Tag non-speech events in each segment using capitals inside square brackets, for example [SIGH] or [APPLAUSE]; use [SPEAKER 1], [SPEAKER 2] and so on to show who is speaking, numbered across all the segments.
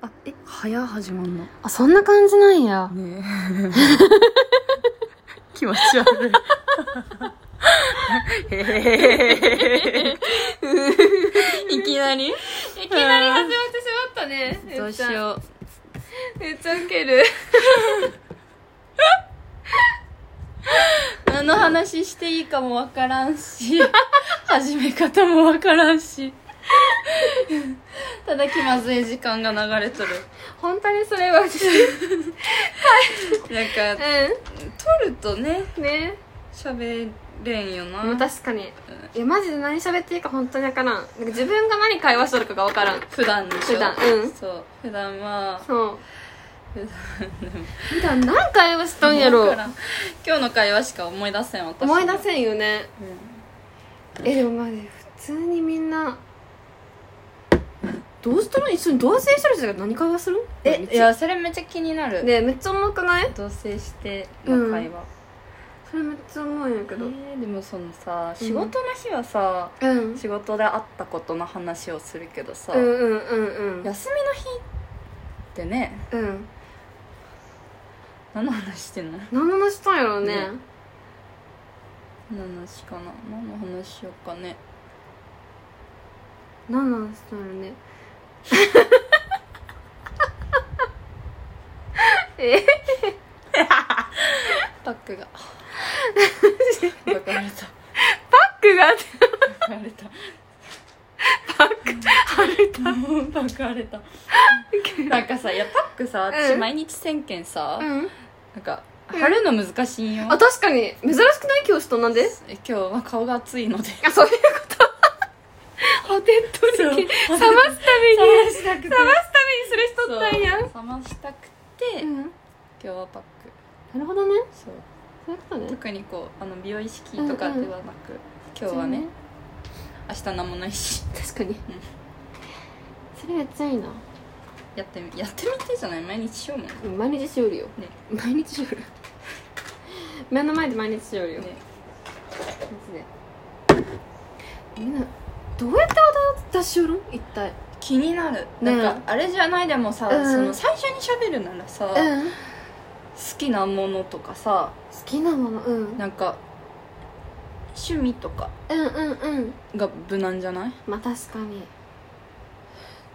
[SPEAKER 1] あえ早始まんの
[SPEAKER 2] あそんな感じなんや
[SPEAKER 1] ねえ [LAUGHS] 気持ち悪いへへへへ
[SPEAKER 2] いきなりいきなり始まってしまったね
[SPEAKER 1] どうしよう
[SPEAKER 2] うめっちゃウケる何の話していいかもわからんし始め方もわからんしただ気まずい時間が流れとる
[SPEAKER 1] 本当にそれは
[SPEAKER 2] なんか撮るとね
[SPEAKER 1] うんね
[SPEAKER 2] 喋れんよな
[SPEAKER 1] もう確かにいやマジで何喋っていいか本当にわからんなんか自分が何会話しとるかがわからん
[SPEAKER 2] 普段でしょ
[SPEAKER 1] 普段うん
[SPEAKER 2] そう普段は
[SPEAKER 1] そう普段何会話しとんやろ
[SPEAKER 2] わからん今日の会話しか思い出せん私
[SPEAKER 1] 思い出せんよね
[SPEAKER 2] うん
[SPEAKER 1] えでもまあね普通にみんなどうしたら一緒に同棲してる人が何会話する
[SPEAKER 2] えいやそれめっちゃ気になる、
[SPEAKER 1] ねえめっちゃ重くない
[SPEAKER 2] 同棲しての会話、
[SPEAKER 1] それめっちゃ思うんやけどうん
[SPEAKER 2] えーでもそのさ仕事の日はさ、
[SPEAKER 1] うん
[SPEAKER 2] 仕事で会ったことの話をするけどさ、
[SPEAKER 1] うんうんうん
[SPEAKER 2] 休みの日ってね
[SPEAKER 1] うん
[SPEAKER 2] 何の話してんの
[SPEAKER 1] 何の話したんやろうね
[SPEAKER 2] ね何の話かな何の話しようかね
[SPEAKER 1] 何の話したんやろうねえ
[SPEAKER 2] バック
[SPEAKER 1] [LAUGHS]
[SPEAKER 2] がバカれた
[SPEAKER 1] バッグが
[SPEAKER 2] バカれたバックバカれたなんかさいやパックさ私
[SPEAKER 1] うん
[SPEAKER 2] 毎日1000件さ、
[SPEAKER 1] うん
[SPEAKER 2] なんか貼るの難しいんよ、
[SPEAKER 1] あ確かに珍しくない教室となんで
[SPEAKER 2] え今日は顔が熱いので
[SPEAKER 1] あそういうことお手っ取り冷ますために
[SPEAKER 2] したくて
[SPEAKER 1] 冷ますためにする人ったんやん
[SPEAKER 2] 冷ましたくて、今日はパック
[SPEAKER 1] なるほどね
[SPEAKER 2] そう
[SPEAKER 1] そういうことね
[SPEAKER 2] 特にこうあの美容意識とかではなく、今日はね明日何もないし
[SPEAKER 1] 確かにそれめっちゃいいな
[SPEAKER 2] やってみやってみてじゃない毎日しようもんね
[SPEAKER 1] 毎日しおるよ毎日しおる目の前で毎日しおるよ、
[SPEAKER 2] ね
[SPEAKER 1] マジでみんなどうやって話題を出しおるん一体
[SPEAKER 2] 気になる、
[SPEAKER 1] ね
[SPEAKER 2] なんかあれじゃないでもさ、
[SPEAKER 1] うん
[SPEAKER 2] その最初に喋るならさ、好
[SPEAKER 1] ん好
[SPEAKER 2] きなものとかさ
[SPEAKER 1] きなものうんうん
[SPEAKER 2] なんか趣味とか
[SPEAKER 1] うんうん
[SPEAKER 2] が無難じゃない
[SPEAKER 1] まあ確かに、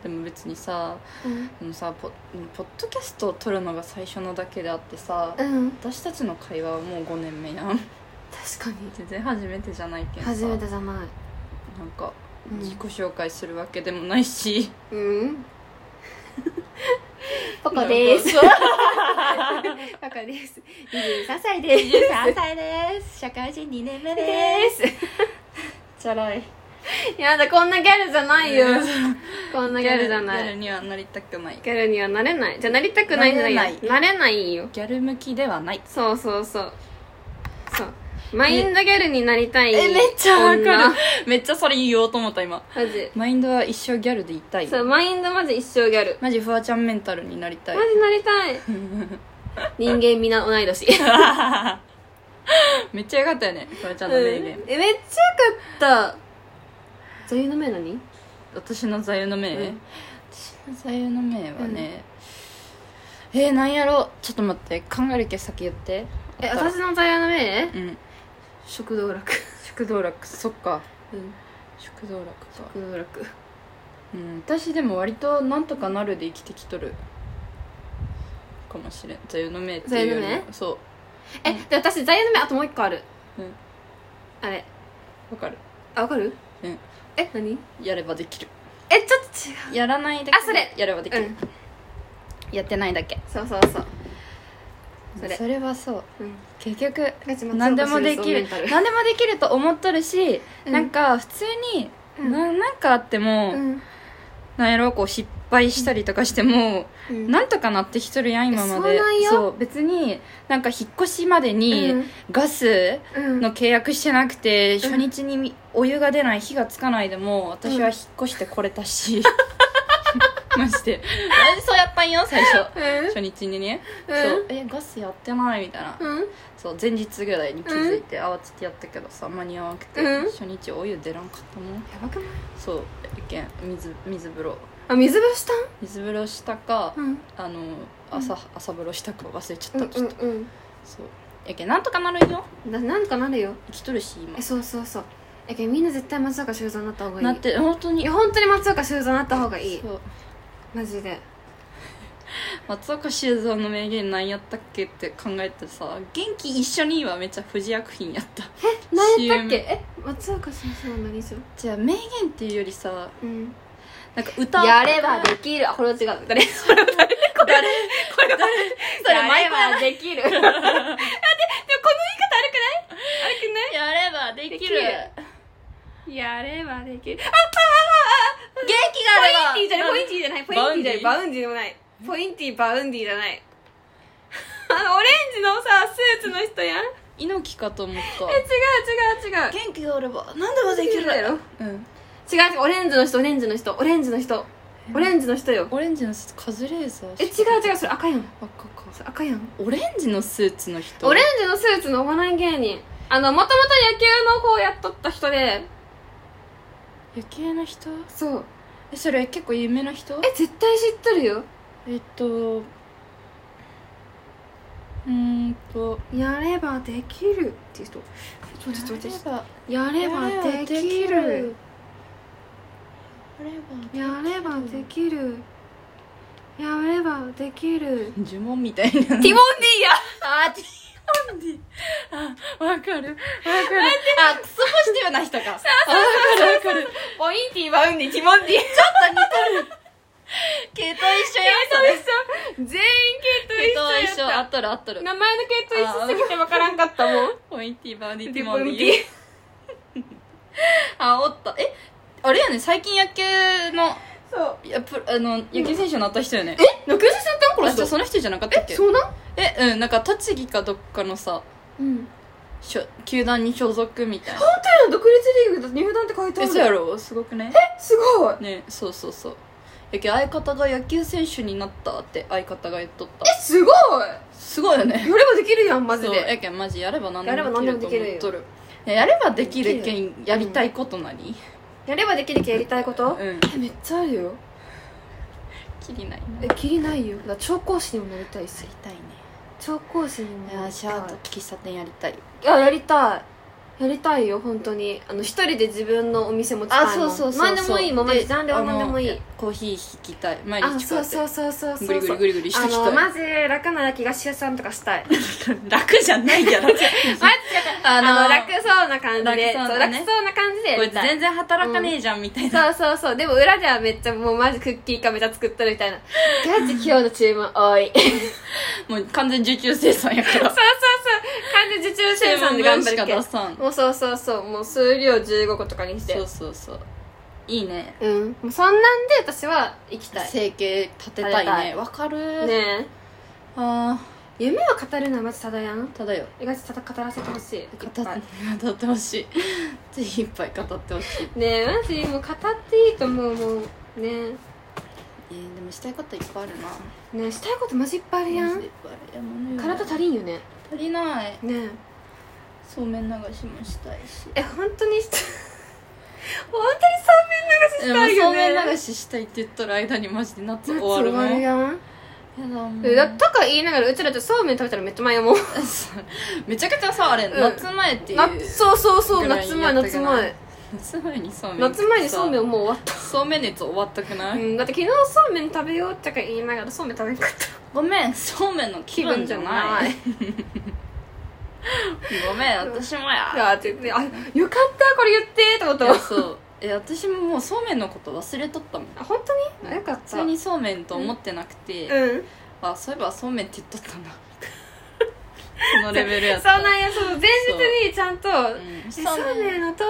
[SPEAKER 2] でも別にさ
[SPEAKER 1] うん、
[SPEAKER 2] でもさポポッドキャストを撮るのが最初のだけであってさ、
[SPEAKER 1] うん
[SPEAKER 2] 私たちの会話はもう5年目やん
[SPEAKER 1] 確かに
[SPEAKER 2] 全然初めてじゃないけどさ
[SPEAKER 1] 初めてじゃない
[SPEAKER 2] なんか
[SPEAKER 1] うん
[SPEAKER 2] 自己紹介するわけでもないし、
[SPEAKER 1] うんパ
[SPEAKER 2] こ
[SPEAKER 1] カ
[SPEAKER 2] で
[SPEAKER 1] ですす [LAUGHS] パカです23歳です
[SPEAKER 2] 23歳です社会人2年目
[SPEAKER 1] です
[SPEAKER 2] チャラい
[SPEAKER 1] やだこんなギャルじゃないよこんな
[SPEAKER 2] ギ
[SPEAKER 1] ギャ
[SPEAKER 2] ャル
[SPEAKER 1] ルじ
[SPEAKER 2] じ
[SPEAKER 1] ゃ
[SPEAKER 2] ゃな
[SPEAKER 1] ない
[SPEAKER 2] ギャル
[SPEAKER 1] い
[SPEAKER 2] にはなりたくない
[SPEAKER 1] ギャルにはなれないじゃあなりたくないんじゃないよ
[SPEAKER 2] なれ
[SPEAKER 1] なれないよ
[SPEAKER 2] ギャル向きではない
[SPEAKER 1] そうそうそうそうマインドギャルになりたい女
[SPEAKER 2] めっちゃそれ言おうと思った今
[SPEAKER 1] マジ
[SPEAKER 2] マインドは一生ギャルでいたい
[SPEAKER 1] そうマインドマジ一生ギャル
[SPEAKER 2] マジフワちゃんメンタルになりた
[SPEAKER 1] マ
[SPEAKER 2] い
[SPEAKER 1] ジなりた [LAUGHS] い人間みんな同い年
[SPEAKER 2] [LAUGHS] めっちゃよかったよねフワちゃんの名
[SPEAKER 1] [LAUGHS] え
[SPEAKER 2] 言、
[SPEAKER 1] めっちゃよかった座右の銘何
[SPEAKER 2] 私の座右の銘、
[SPEAKER 1] うん
[SPEAKER 2] 私の座右の銘はね、えー、なんやろちょっと待って考えるけ先言って
[SPEAKER 1] え
[SPEAKER 2] あったら
[SPEAKER 1] 私の座右の銘
[SPEAKER 2] うん
[SPEAKER 1] 食道楽
[SPEAKER 2] 食道楽そっか
[SPEAKER 1] うん
[SPEAKER 2] 食道楽か
[SPEAKER 1] 食道楽
[SPEAKER 2] うん私でも割となんとかなるで生きてきとるかもしれん座右の銘っていうより
[SPEAKER 1] 座右の
[SPEAKER 2] もそう
[SPEAKER 1] えで私座右の銘あともう一個ある
[SPEAKER 2] うん
[SPEAKER 1] あれ
[SPEAKER 2] わかる
[SPEAKER 1] あわかる
[SPEAKER 2] うん
[SPEAKER 1] え何
[SPEAKER 2] やればできる
[SPEAKER 1] えちょっと違う
[SPEAKER 2] やらないだ
[SPEAKER 1] あそれ
[SPEAKER 2] やればできる、
[SPEAKER 1] うん
[SPEAKER 2] やってないだけ
[SPEAKER 1] そうそうそうそれ
[SPEAKER 2] はそう
[SPEAKER 1] うん
[SPEAKER 2] 結局
[SPEAKER 1] ガチ松岡
[SPEAKER 2] 何でもできる
[SPEAKER 1] 修造メンタル
[SPEAKER 2] 何でもできると思っとるし、
[SPEAKER 1] うん
[SPEAKER 2] なんか普通に、
[SPEAKER 1] うん
[SPEAKER 2] ななんかあっても、
[SPEAKER 1] うん
[SPEAKER 2] なんやろこう失敗したりとかしても、
[SPEAKER 1] うん
[SPEAKER 2] なんとかなってきとるやん今まで
[SPEAKER 1] そうなんよ
[SPEAKER 2] う別になんか引っ越しまでに、
[SPEAKER 1] うん
[SPEAKER 2] ガス
[SPEAKER 1] うん
[SPEAKER 2] の契約してなくて、
[SPEAKER 1] ん
[SPEAKER 2] 初日にお湯が出ない火がつかないでも私は引っ越してこれたし、 [LAUGHS] マジ
[SPEAKER 1] [LAUGHS]
[SPEAKER 2] でマジそうやったんよ最初初日にね、
[SPEAKER 1] うん
[SPEAKER 2] そうえガスやってないみたいな、
[SPEAKER 1] うん
[SPEAKER 2] そう前日ぐらいに気づいて慌ててやったけどさ間に合わなくて、
[SPEAKER 1] うん
[SPEAKER 2] 初日お湯出らんかったもん
[SPEAKER 1] やばくない
[SPEAKER 2] そうやけん水水風呂
[SPEAKER 1] あ水風呂したん
[SPEAKER 2] 水風呂したか
[SPEAKER 1] うん
[SPEAKER 2] あの朝朝風呂したか忘れちゃ
[SPEAKER 1] う
[SPEAKER 2] っ
[SPEAKER 1] ん
[SPEAKER 2] たちょっと
[SPEAKER 1] うん
[SPEAKER 2] そうやけんなんとかなるんよ
[SPEAKER 1] うんななんかなるよ
[SPEAKER 2] 生きとるし今
[SPEAKER 1] えそうそうそうやけんみんな絶対松岡修造になった方がいい
[SPEAKER 2] なって本当
[SPEAKER 1] い
[SPEAKER 2] に
[SPEAKER 1] や本当に松岡修造になった方がいい
[SPEAKER 2] そう
[SPEAKER 1] マジで
[SPEAKER 2] 松岡修造の名言何やったっけって考えてさ「元気一緒に」はめっちゃ富士薬品やった
[SPEAKER 1] え何やったっけ
[SPEAKER 2] CM
[SPEAKER 1] え松岡修造何ぞ
[SPEAKER 2] じゃあ名言っていうよりさ
[SPEAKER 1] うん
[SPEAKER 2] なんか歌
[SPEAKER 1] やればできるあこれは違う誰それ
[SPEAKER 2] これこれ誰それ前は
[SPEAKER 1] はできる待ってでもこの言い方悪くない
[SPEAKER 2] やればでき
[SPEAKER 1] き
[SPEAKER 2] る
[SPEAKER 1] る
[SPEAKER 2] 元
[SPEAKER 1] やればできる
[SPEAKER 2] 気があ
[SPEAKER 1] ポインティーじゃないポインティーじゃないポインティーじゃない
[SPEAKER 2] バ
[SPEAKER 1] バウンディーでもないポインティーバウンディーじゃないあのオレンジのさスーツの人やん
[SPEAKER 2] 猪木かと思っ
[SPEAKER 1] え違う違う違う
[SPEAKER 2] た元気があれば何でもできるだようん
[SPEAKER 1] 違う違うオレンジの人オレンジの人オレンジの人オレンジの人よ
[SPEAKER 2] オレンジのスーツカズレーザー
[SPEAKER 1] え違う違うそれ赤やん
[SPEAKER 2] 赤か
[SPEAKER 1] それ赤やん
[SPEAKER 2] オレンジのスーツの人
[SPEAKER 1] オレンジのスーツのお笑い芸人あのもともと野球の方やっとった人で
[SPEAKER 2] 夜景の人
[SPEAKER 1] そう
[SPEAKER 2] えそれ結構有名な人
[SPEAKER 1] え絶対知っとるよ
[SPEAKER 2] えっとうーんと
[SPEAKER 1] やればできるっていう人ちょっと待ってちょっと
[SPEAKER 2] ば
[SPEAKER 1] 待ってやればできる
[SPEAKER 2] やれば
[SPEAKER 1] やればできるやればできる
[SPEAKER 2] 呪文みたいなティ
[SPEAKER 1] ティモンディや
[SPEAKER 2] あティモンディあわかるわかるあクソポジティブな人かわかるわかる
[SPEAKER 1] ポインティーバウンディティモンディちょっ [LAUGHS]
[SPEAKER 2] 系統一緒や
[SPEAKER 1] と一緒全員
[SPEAKER 2] 系
[SPEAKER 1] 系統
[SPEAKER 2] 統
[SPEAKER 1] 一緒
[SPEAKER 2] 一
[SPEAKER 1] や
[SPEAKER 2] 緒あ
[SPEAKER 1] った
[SPEAKER 2] っとるあっとる
[SPEAKER 1] 名前の系統一緒すぎてわからんかったもん
[SPEAKER 2] ポインティーバーディーティ
[SPEAKER 1] ティ
[SPEAKER 2] モ
[SPEAKER 1] モ
[SPEAKER 2] ン
[SPEAKER 1] ン
[SPEAKER 2] デ
[SPEAKER 1] デ
[SPEAKER 2] ィ
[SPEAKER 1] ィ
[SPEAKER 2] [LAUGHS] あおったえあれやね最近野球の
[SPEAKER 1] そう
[SPEAKER 2] いやプロあの野球選手になった人よね
[SPEAKER 1] え野球選手やったんこ
[SPEAKER 2] あ
[SPEAKER 1] の
[SPEAKER 2] じゃ
[SPEAKER 1] 人
[SPEAKER 2] あその人じゃなかったっ
[SPEAKER 1] え
[SPEAKER 2] け
[SPEAKER 1] そうなん
[SPEAKER 2] えうんなんか栃木かどっかのさ
[SPEAKER 1] うん
[SPEAKER 2] しょ球団に所属みたいな
[SPEAKER 1] 本当や独立リーグだ入団って書いてあ
[SPEAKER 2] え
[SPEAKER 1] る
[SPEAKER 2] そうやろすごくね
[SPEAKER 1] すごい
[SPEAKER 2] ねそうそうそうやけ相方が野球選手になったって相方が言っとった
[SPEAKER 1] えすごい
[SPEAKER 2] すごいよね
[SPEAKER 1] やればできるやんマジ
[SPEAKER 2] そう
[SPEAKER 1] で
[SPEAKER 2] やけんマジやれば何で
[SPEAKER 1] やれば
[SPEAKER 2] も
[SPEAKER 1] 何
[SPEAKER 2] で
[SPEAKER 1] で
[SPEAKER 2] きる
[SPEAKER 1] も
[SPEAKER 2] と思
[SPEAKER 1] できる
[SPEAKER 2] っ
[SPEAKER 1] よ
[SPEAKER 2] とるねやればできる
[SPEAKER 1] でき
[SPEAKER 2] けんやりたいこと何
[SPEAKER 1] やればできるけやりたいこ
[SPEAKER 2] う
[SPEAKER 1] と
[SPEAKER 2] ん
[SPEAKER 1] えめっちゃあるよ
[SPEAKER 2] きりないな
[SPEAKER 1] え
[SPEAKER 2] や
[SPEAKER 1] きりないよだから調香師にもなりたいし
[SPEAKER 2] りたいね
[SPEAKER 1] 調香師にも
[SPEAKER 2] いや
[SPEAKER 1] な
[SPEAKER 2] ー
[SPEAKER 1] り
[SPEAKER 2] シ
[SPEAKER 1] たい
[SPEAKER 2] ャーと喫茶店やりたい
[SPEAKER 1] いややりたいやりたいよ本当にあの一人で自分のお店持ちたいもん何でもいいもんマジ何でも何でもい
[SPEAKER 2] あ
[SPEAKER 1] い
[SPEAKER 2] のコーヒー引きたい毎
[SPEAKER 1] あ
[SPEAKER 2] 日こう
[SPEAKER 1] そ
[SPEAKER 2] や
[SPEAKER 1] う
[SPEAKER 2] って
[SPEAKER 1] そうそうそうそう
[SPEAKER 2] グリグリグリグリして
[SPEAKER 1] あ
[SPEAKER 2] き
[SPEAKER 1] の
[SPEAKER 2] た
[SPEAKER 1] マジ楽な焼き菓子屋さんとかし
[SPEAKER 2] [LAUGHS]
[SPEAKER 1] たい
[SPEAKER 2] い楽じゃない [LAUGHS] やろ
[SPEAKER 1] マジ
[SPEAKER 2] あ
[SPEAKER 1] あ
[SPEAKER 2] の
[SPEAKER 1] の楽そうな感じで
[SPEAKER 2] 楽そ
[SPEAKER 1] 楽そう
[SPEAKER 2] な
[SPEAKER 1] う楽
[SPEAKER 2] ね
[SPEAKER 1] そうな感じでや
[SPEAKER 2] こ
[SPEAKER 1] り
[SPEAKER 2] いつ
[SPEAKER 1] たい
[SPEAKER 2] 全然働かねえじゃんみたいな
[SPEAKER 1] そうそうそうでも裏ではめっちゃもうマジクッキーかめちゃ作っとるみたいなガチ今日の注文多いそうそ
[SPEAKER 2] も
[SPEAKER 1] う
[SPEAKER 2] う完全受注生産やから
[SPEAKER 1] そう完全受注生産で頑張
[SPEAKER 2] し
[SPEAKER 1] る
[SPEAKER 2] か
[SPEAKER 1] け
[SPEAKER 2] 出
[SPEAKER 1] ん
[SPEAKER 2] さん
[SPEAKER 1] もうそうそうそうもう数量15個とかにして
[SPEAKER 2] そうそうそういいね
[SPEAKER 1] うんもうそんなんで私は行きたいね
[SPEAKER 2] 生計立てた
[SPEAKER 1] 立て
[SPEAKER 2] い
[SPEAKER 1] た
[SPEAKER 2] ねわかる
[SPEAKER 1] え
[SPEAKER 2] あ
[SPEAKER 1] 夢を語るのはマジただやん
[SPEAKER 2] あただよ
[SPEAKER 1] えガチただ語らせてほしいいっ
[SPEAKER 2] 語っ
[SPEAKER 1] ぱい
[SPEAKER 2] 語ってほしい [LAUGHS] ぜひいっぱい語ってほしい
[SPEAKER 1] ねえマジもう語っていいと思うもうね
[SPEAKER 2] えーでもしたいこといっぱいあるな
[SPEAKER 1] えねえしたいことマジいっぱいあるや
[SPEAKER 2] マジで
[SPEAKER 1] ん
[SPEAKER 2] いっぱいあるやん
[SPEAKER 1] 体足りんよね
[SPEAKER 2] 足りない
[SPEAKER 1] ね
[SPEAKER 2] そうめん流しもしたいし
[SPEAKER 1] ええ本当にした [LAUGHS] 本当にそうめん流ししたいよね
[SPEAKER 2] そうめん流ししたいって言っとる間にマジで夏終
[SPEAKER 1] 夏
[SPEAKER 2] わるもんや
[SPEAKER 1] やん、
[SPEAKER 2] だもん
[SPEAKER 1] えだとか言いながらうちらってそうめん食べたらめっちゃ前やもん
[SPEAKER 2] [LAUGHS] めちゃくちゃさあれ、
[SPEAKER 1] うん
[SPEAKER 2] 夏前っていう
[SPEAKER 1] [LAUGHS] なそうそうそう
[SPEAKER 2] ぐらい
[SPEAKER 1] 夏前
[SPEAKER 2] やったか
[SPEAKER 1] 夏
[SPEAKER 2] な
[SPEAKER 1] 前
[SPEAKER 2] 夏前にそうめん
[SPEAKER 1] 夏前にそうめん
[SPEAKER 2] を
[SPEAKER 1] もう終わった、
[SPEAKER 2] そうめん熱終わったくない、
[SPEAKER 1] うん、だって昨日そうめん食べようとか言いながらそうめん食べんかった
[SPEAKER 2] ごめんそうめんの [LAUGHS] 気
[SPEAKER 1] 気
[SPEAKER 2] 分
[SPEAKER 1] 分
[SPEAKER 2] じ
[SPEAKER 1] じ
[SPEAKER 2] ゃ
[SPEAKER 1] ゃ
[SPEAKER 2] な
[SPEAKER 1] ないい
[SPEAKER 2] ごめん私もや
[SPEAKER 1] あーって言ってあよかったこれ言ってと思っ
[SPEAKER 2] い
[SPEAKER 1] たも
[SPEAKER 2] や
[SPEAKER 1] ん
[SPEAKER 2] そうえ私ももうそうめんのこと忘れとったもん
[SPEAKER 1] あ本当によかっ
[SPEAKER 2] 普
[SPEAKER 1] た
[SPEAKER 2] 通にそうめんと思ってなくて、
[SPEAKER 1] うん
[SPEAKER 2] あそういえばそうめんって言っとった
[SPEAKER 1] [LAUGHS]
[SPEAKER 2] なそのレベルや
[SPEAKER 1] そ
[SPEAKER 2] っ
[SPEAKER 1] う
[SPEAKER 2] た
[SPEAKER 1] なんやそう前日にちゃんと
[SPEAKER 2] うん
[SPEAKER 1] えそうめんの豆乳担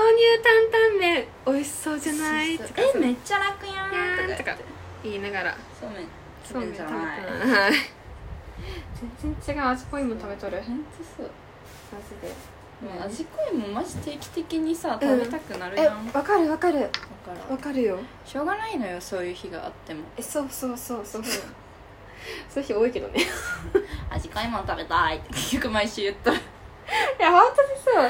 [SPEAKER 1] 々麺美味しそうじゃないとか
[SPEAKER 2] えめっちゃ楽やん
[SPEAKER 1] とか言いながら
[SPEAKER 2] そうめん
[SPEAKER 1] そうめん食べた
[SPEAKER 2] ない
[SPEAKER 1] はい全然違う味濃いもん食べとるマジ
[SPEAKER 2] ほんとそう
[SPEAKER 1] で
[SPEAKER 2] もう味濃いもんマジ定期的にさ食べたくなる
[SPEAKER 1] え
[SPEAKER 2] やん、だか
[SPEAKER 1] わかるわかる
[SPEAKER 2] ら
[SPEAKER 1] わかるよ
[SPEAKER 2] しょうがないのよそういう日があっても
[SPEAKER 1] えそうそうそうそうそう [LAUGHS] そういう日多いけどね [LAUGHS] い
[SPEAKER 2] 味濃いもん食べたいって結局毎週言っ
[SPEAKER 1] [LAUGHS]
[SPEAKER 2] とる
[SPEAKER 1] や本当にそう
[SPEAKER 2] そう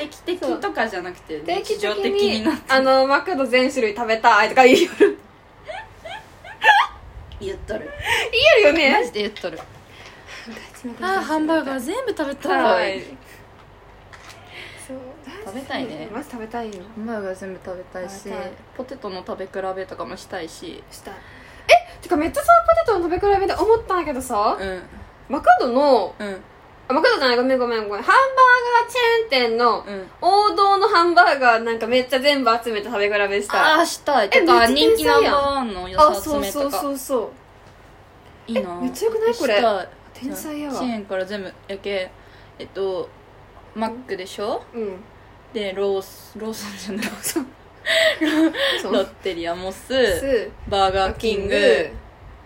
[SPEAKER 2] 定期的とかじゃなくて
[SPEAKER 1] 定
[SPEAKER 2] 日
[SPEAKER 1] 期的
[SPEAKER 2] 常的
[SPEAKER 1] に
[SPEAKER 2] になって
[SPEAKER 1] あのマクド全種類食べたいとか言いよる
[SPEAKER 2] 言っとる
[SPEAKER 1] 言えるよ
[SPEAKER 2] マ
[SPEAKER 1] ね
[SPEAKER 2] ジで言っとる
[SPEAKER 1] あーハンバーガー
[SPEAKER 2] 全部食べ
[SPEAKER 1] そう
[SPEAKER 2] 食べたいね
[SPEAKER 1] まず食べたいよ
[SPEAKER 2] ハンバーガー全部食べたいし
[SPEAKER 1] 食べたい
[SPEAKER 2] ポテトの食べ比べとかもしたいし
[SPEAKER 1] したいえてかめっちゃさポテトの食べ比べで思ったんだけどさ、
[SPEAKER 2] うん
[SPEAKER 1] マクドの
[SPEAKER 2] うん
[SPEAKER 1] あマクドじゃないごめんごめんごめんハンバーガーチェーン店の
[SPEAKER 2] うん
[SPEAKER 1] 王道のハンバーガーなんかめっちゃ全部集めて食べ比べしたい
[SPEAKER 2] ああしたいと
[SPEAKER 1] めっ
[SPEAKER 2] か
[SPEAKER 1] ちゃ天
[SPEAKER 2] 人
[SPEAKER 1] 才
[SPEAKER 2] 気
[SPEAKER 1] やん
[SPEAKER 2] ナンバーワンの予
[SPEAKER 1] あ
[SPEAKER 2] さ
[SPEAKER 1] そ
[SPEAKER 2] 集
[SPEAKER 1] う
[SPEAKER 2] め
[SPEAKER 1] そ
[SPEAKER 2] と
[SPEAKER 1] う
[SPEAKER 2] か
[SPEAKER 1] そうそう
[SPEAKER 2] いいな
[SPEAKER 1] めっちゃよくないこれ
[SPEAKER 2] したい
[SPEAKER 1] 天才やわ
[SPEAKER 2] 支援から全部やけえっとマックでしょ
[SPEAKER 1] うん
[SPEAKER 2] でロースローソンじゃない
[SPEAKER 1] そうそう
[SPEAKER 2] ロッテリアモス
[SPEAKER 1] ス
[SPEAKER 2] バー
[SPEAKER 1] パ
[SPEAKER 2] ガ
[SPEAKER 1] ッ
[SPEAKER 2] ーキング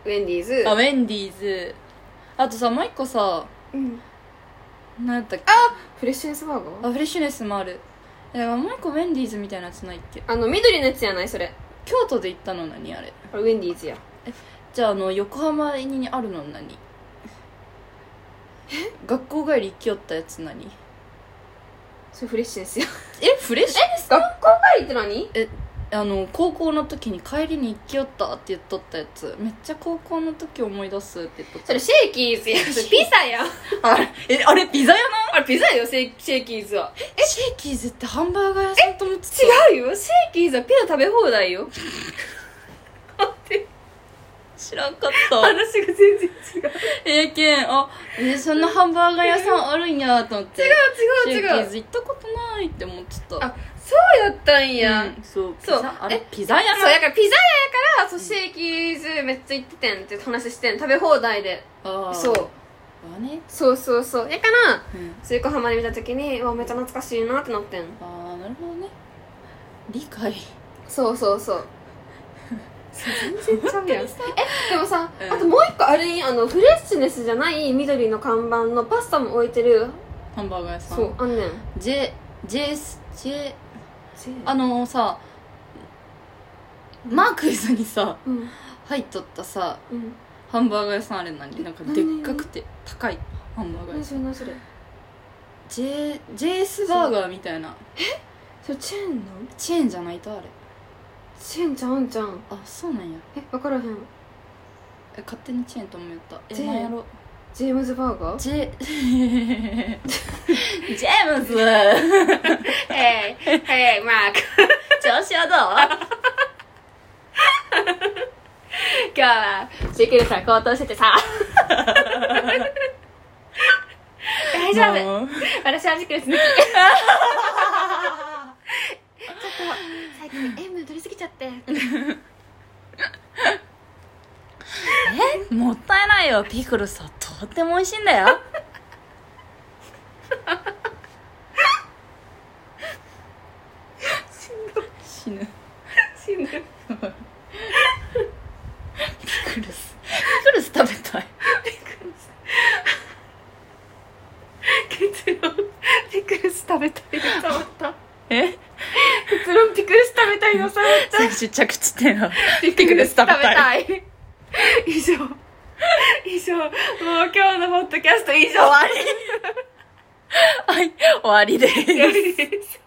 [SPEAKER 1] ウェンディーズ
[SPEAKER 2] あウェンディーズあとさもう一個さ
[SPEAKER 1] うん
[SPEAKER 2] 何やったっけ
[SPEAKER 1] フレッシュネスバーガー
[SPEAKER 2] あフレッシュネスもあるえもう一個ウェンディーズみたいなやつないっけ
[SPEAKER 1] あの緑のやつやないそれ
[SPEAKER 2] 京都で行ったの何あれ
[SPEAKER 1] あれウェンディーズや
[SPEAKER 2] じゃああの横浜にあるの何学校帰り行きよったやつ何
[SPEAKER 1] それフレッシュネスや
[SPEAKER 2] えフレッシュネス
[SPEAKER 1] [LAUGHS] 学校帰りって何
[SPEAKER 2] あの高校の時に帰りに行きよったって言っとったやつめっちゃ高校の時思い出すって言っとった
[SPEAKER 1] それシェイキー [LAUGHS] ズやそれピザや
[SPEAKER 2] あれえあれピザ屋な
[SPEAKER 1] あれピザよシェイシェイキーズは
[SPEAKER 2] えシェイキーズってハンバーガー屋さんとも違う
[SPEAKER 1] 違うよシェイキーズはピザ食べ放題 [LAUGHS] よ待って
[SPEAKER 2] 知らんかった
[SPEAKER 1] 話が全然違う違 [LAUGHS]
[SPEAKER 2] ええけんあえそんなハンバーガー屋さんあるんやと思って
[SPEAKER 1] う違う
[SPEAKER 2] シェイ
[SPEAKER 1] 違
[SPEAKER 2] キー
[SPEAKER 1] う
[SPEAKER 2] ズ行ったことないって思ってた
[SPEAKER 1] あそうやったんや、
[SPEAKER 2] うんそうピ
[SPEAKER 1] そう
[SPEAKER 2] ザあ
[SPEAKER 1] え
[SPEAKER 2] れピザ屋
[SPEAKER 1] そう
[SPEAKER 2] な
[SPEAKER 1] だからピザ屋やからそうシェイキーズめっちゃ行っててんって話してん食べ放題で
[SPEAKER 2] あー
[SPEAKER 1] そう
[SPEAKER 2] あね
[SPEAKER 1] そうそうそうやから
[SPEAKER 2] うん
[SPEAKER 1] そういう子浜で見た時にうわめっちゃ懐かしいなってなってん
[SPEAKER 2] ああなるほどね理解
[SPEAKER 1] そうそうそう [LAUGHS] 全然ちゃうやんえでもさ、
[SPEAKER 2] うん
[SPEAKER 1] あともう一個あれにあのフレッシュネスじゃない緑の看板のパスタも置いてる
[SPEAKER 2] ハンバーガー屋さん
[SPEAKER 1] そうあんねん
[SPEAKER 2] J J J
[SPEAKER 1] あ
[SPEAKER 2] あのさマークイズにさ
[SPEAKER 1] うん
[SPEAKER 2] 入っとったさ
[SPEAKER 1] うん
[SPEAKER 2] ハンバーガー屋さんあれ何なんかでっかくて高いハンバーガー屋
[SPEAKER 1] 何
[SPEAKER 2] さん
[SPEAKER 1] それ何それ
[SPEAKER 2] J, JS バーガーみたいな
[SPEAKER 1] それチェーンなん
[SPEAKER 2] チェーンじゃないとあれ
[SPEAKER 1] チェーンちゃうんじゃん
[SPEAKER 2] あそうなんや
[SPEAKER 1] え分からへん
[SPEAKER 2] え勝手にチェーンと思ったえ
[SPEAKER 1] チェーン
[SPEAKER 2] なんやろ
[SPEAKER 1] ジェームズバーガー
[SPEAKER 2] J ジェームズ調
[SPEAKER 1] えいえいマ [LAUGHS] ーク
[SPEAKER 2] 子はどう
[SPEAKER 1] 今日はシークレットが高騰しててさ大丈夫
[SPEAKER 2] 夫
[SPEAKER 1] 私はシークレット好きちょっと最近塩分取りすぎちゃって
[SPEAKER 2] えもったいないよピクルスはとっても美味しいんだよ死ぬ
[SPEAKER 1] 死ぬ
[SPEAKER 2] ピクルスピクルス食べたい
[SPEAKER 1] 結論ピクルス食べたいの触った
[SPEAKER 2] え
[SPEAKER 1] 結論ピクルス食べたいの触った
[SPEAKER 2] 最初着地点は
[SPEAKER 1] ピ
[SPEAKER 2] クルス食べた
[SPEAKER 1] い以上以上もう今日のポッドキャスト以上終わ
[SPEAKER 2] はい終わりです
[SPEAKER 1] りです